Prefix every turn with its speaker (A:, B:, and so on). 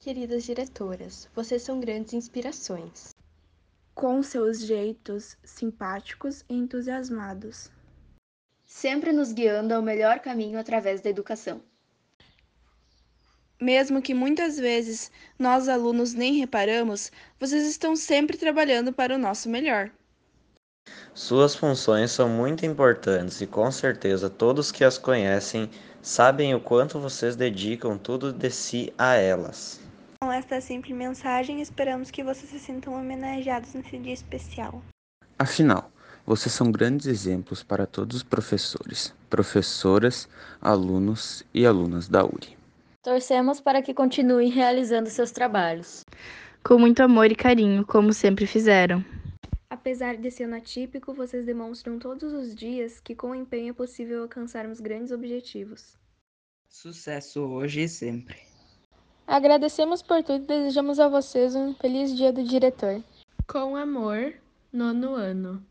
A: Queridas diretoras, vocês são grandes inspirações.
B: com seus jeitos simpáticos e entusiasmados.
C: sempre nos guiando ao melhor caminho através da educação.
D: Mesmo que muitas vezes nós alunos nem reparamos, vocês estão sempre trabalhando para o nosso melhor.
E: Suas funções são muito importantes e com certeza todos que as conhecem sabem o quanto vocês dedicam tudo de si a elas.
F: Com esta simples mensagem, esperamos que vocês se sintam homenageados nesse dia especial.
G: Afinal, vocês são grandes exemplos para todos os professores, professoras, alunos e alunas da URI.
H: Torcemos para que continuem realizando seus trabalhos.
D: Com muito amor e carinho, como sempre fizeram.
I: Apesar desse ano atípico, vocês demonstram todos os dias que com empenho é possível alcançarmos grandes objetivos.
J: Sucesso hoje e sempre.
K: Agradecemos por tudo e desejamos a vocês um feliz dia do diretor.
L: Com amor, nono ano.